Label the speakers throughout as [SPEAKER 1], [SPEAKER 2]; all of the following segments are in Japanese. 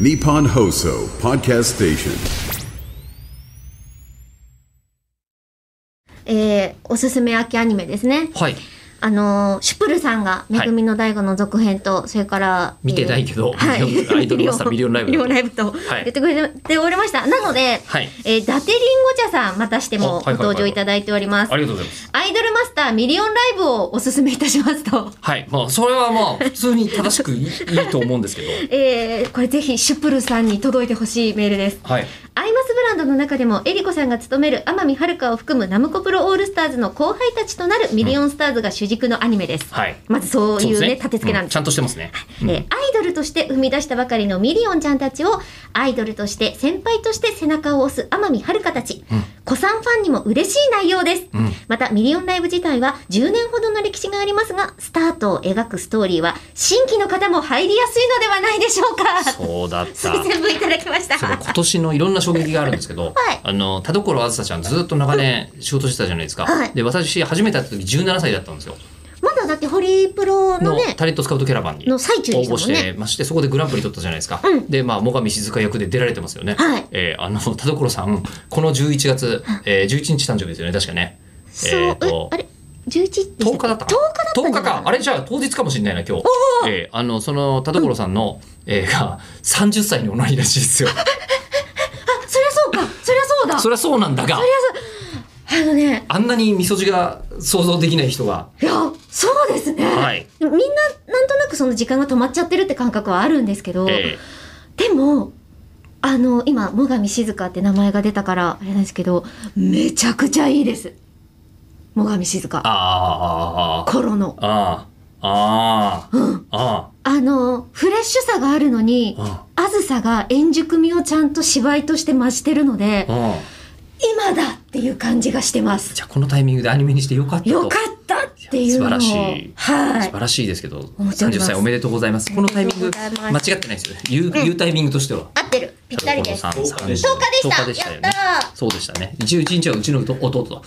[SPEAKER 1] Nippon Hoso Podcast Station.
[SPEAKER 2] えーおすすめ秋アニメですね。
[SPEAKER 3] はい。
[SPEAKER 2] あのーシュプルさんが「めぐみの大悟」の続編と、それから
[SPEAKER 3] 見てないけど
[SPEAKER 2] えー
[SPEAKER 3] ミリオンアイドル マスターミリオンライブ
[SPEAKER 2] ミリオンライブと
[SPEAKER 3] い
[SPEAKER 2] 言ってくれておりましたなので、
[SPEAKER 3] はい
[SPEAKER 2] えー伊達りんご茶さんまたして
[SPEAKER 3] あ
[SPEAKER 2] も
[SPEAKER 3] はい
[SPEAKER 2] ご
[SPEAKER 3] はいはいはい
[SPEAKER 2] 登場いただいております、
[SPEAKER 3] ありがとうございます。
[SPEAKER 2] アイドルマスターミリオンライブをおすすめいたしますと、
[SPEAKER 3] はい。まあ、それはまあ、普通に正しくいいいいと思うん ですけど。
[SPEAKER 2] えーこれぜひシュプルさんに届いてほしいメールです
[SPEAKER 3] はい。
[SPEAKER 2] アイマスブランドの中でもえりこさんが勤める天海遥を含むナムコプロオールスターズの後輩たちとなるミリオンスターズが主軸のアニメです、
[SPEAKER 3] はい。
[SPEAKER 2] まずそう
[SPEAKER 3] そ
[SPEAKER 2] いう
[SPEAKER 3] で
[SPEAKER 2] う
[SPEAKER 3] す
[SPEAKER 2] ね立て付けなん
[SPEAKER 3] う
[SPEAKER 2] です
[SPEAKER 3] ちゃんとしてますね。うん
[SPEAKER 2] えーアイドルとして生み出したばかりのミリオンちゃんたちをアイドルとして先輩として背中を押す天海遥たち、子さんファンにも嬉しい内容です、またミリオンライブ自体は10年ほどの歴史がありますがスタートを描くストーリーは新規の方も入りやすいのではないでしょうか
[SPEAKER 3] そう だった。
[SPEAKER 2] 推薦文いただきました
[SPEAKER 3] そうだ今年のいろんな衝撃があるんですけど、
[SPEAKER 2] はい
[SPEAKER 3] あの田所あずさちゃんずっと長年仕事してたじゃないですか、
[SPEAKER 2] はい
[SPEAKER 3] で私初めて会った時17歳だったんですよ
[SPEAKER 2] まだだってホリプロの
[SPEAKER 3] の
[SPEAKER 2] ね
[SPEAKER 3] タレントスカウトキャラバンに
[SPEAKER 2] の最中でしたもんね
[SPEAKER 3] 応募してましてそこでグランプリ取ったじゃないですか、
[SPEAKER 2] うん
[SPEAKER 3] でまあ最上静香役で出られてますよね、
[SPEAKER 2] はい
[SPEAKER 3] えーあの田所さんこの11月、えー、11日誕生日ですよね確かね
[SPEAKER 2] そう、
[SPEAKER 3] え
[SPEAKER 2] え
[SPEAKER 3] ーと
[SPEAKER 2] あれ11日で
[SPEAKER 3] 10
[SPEAKER 2] し
[SPEAKER 3] 日だ
[SPEAKER 2] 10日だ
[SPEAKER 3] った
[SPEAKER 2] ったんじゃ
[SPEAKER 3] 10
[SPEAKER 2] な
[SPEAKER 3] 日
[SPEAKER 2] いな
[SPEAKER 3] かあれじゃあ当日かもしれないな今日えーあのその田所さんの、えーが30歳におなりらしいですよ
[SPEAKER 2] あそりゃそうかそりゃそうだ
[SPEAKER 3] そりゃそうなんだが
[SPEAKER 2] あのね
[SPEAKER 3] あんなに味噌汁が想像できない人が。
[SPEAKER 2] いや、そうですね。
[SPEAKER 3] はい
[SPEAKER 2] みんな、なんとなくその時間が止まっちゃってるって感覚はあるんですけど、でも、あの、今、最上静香って名前が出たから、あれなんですけど、めちゃくちゃいいです。最上静香。
[SPEAKER 3] ああ、
[SPEAKER 2] 頃の。
[SPEAKER 3] ああ、ああ、あ
[SPEAKER 2] あの、フレッシュさがあるのに、
[SPEAKER 3] あ、
[SPEAKER 2] あずさが円熟味をちゃんと芝居として増してるので、
[SPEAKER 3] うん。
[SPEAKER 2] 今だっていう感じがしてます。
[SPEAKER 3] じゃあこのタイミングでアニメにしてよかったと。
[SPEAKER 2] よかったっていうのを。
[SPEAKER 3] 素晴らしい
[SPEAKER 2] は
[SPEAKER 3] 素
[SPEAKER 2] い
[SPEAKER 3] 晴。らしいですけど、
[SPEAKER 2] 思っており
[SPEAKER 3] 30
[SPEAKER 2] ます
[SPEAKER 3] 歳おめでとうございます。このタイミン
[SPEAKER 2] お
[SPEAKER 3] グ、
[SPEAKER 2] めでとうござい
[SPEAKER 3] 間違
[SPEAKER 2] ま
[SPEAKER 3] ってないですよね。言う、言うタイミングとしては。
[SPEAKER 2] 合ってる。ぴったりです。
[SPEAKER 3] 田
[SPEAKER 2] 10
[SPEAKER 3] 所さん
[SPEAKER 4] 10
[SPEAKER 2] 日
[SPEAKER 3] 30 10
[SPEAKER 2] で
[SPEAKER 3] で
[SPEAKER 2] し。
[SPEAKER 3] したた
[SPEAKER 2] や
[SPEAKER 3] よ
[SPEAKER 2] っ
[SPEAKER 3] ね
[SPEAKER 2] た。ー。
[SPEAKER 3] そうでしたね。11日はうちの 弟と。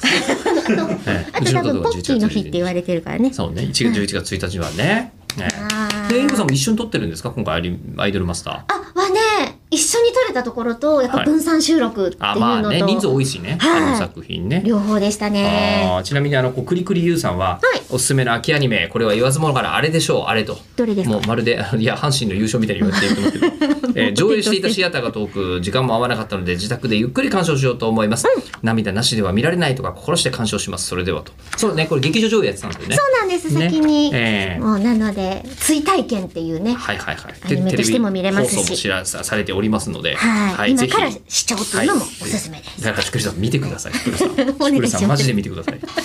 [SPEAKER 3] ええ
[SPEAKER 2] あと多分ポッキーの日って言われてるからね。
[SPEAKER 3] そうね。1月11月1日はね。ね
[SPEAKER 2] あ
[SPEAKER 3] で、エイコさん
[SPEAKER 2] ー
[SPEAKER 3] も一緒に撮ってるんですか今回アリアイドルマスター。
[SPEAKER 2] あはね一緒に撮れたところとやっぱ分散収録っていうの
[SPEAKER 3] あ
[SPEAKER 2] と、
[SPEAKER 3] まあね人数多いしね、
[SPEAKER 2] はい
[SPEAKER 3] あの作品ね。
[SPEAKER 2] 両方でしたね
[SPEAKER 3] あーちなみにあのこうクリクリユウさんは、
[SPEAKER 2] はい
[SPEAKER 3] おすすめの秋アニメこれは言わずもがなあれでしょうあれと
[SPEAKER 2] どれですか
[SPEAKER 3] もうまるであ のいや阪神の優勝みたいに言われて言ってます けど、えー上映していたシアターが遠く時間も合わなかったので自宅でゆっくり鑑賞しようと思います、涙なしでは見られないとか心して鑑賞しますそれではとそうねこれ劇場上映やってたんだよね
[SPEAKER 2] そうなんです先に、
[SPEAKER 3] ねえー
[SPEAKER 2] もうなので追体験っていうね
[SPEAKER 3] はいはいはい
[SPEAKER 2] アニメとしても見れますし
[SPEAKER 3] テレビ放送も知らさされておりますので、
[SPEAKER 2] はい、今
[SPEAKER 3] ぜひ
[SPEAKER 2] から視聴っていうのもおすすめです、
[SPEAKER 3] だからひくりさん見てください。ひくりさん、
[SPEAKER 2] お
[SPEAKER 3] ひ
[SPEAKER 2] 願
[SPEAKER 3] く
[SPEAKER 2] い
[SPEAKER 3] り
[SPEAKER 2] します
[SPEAKER 3] さんマジで見てください。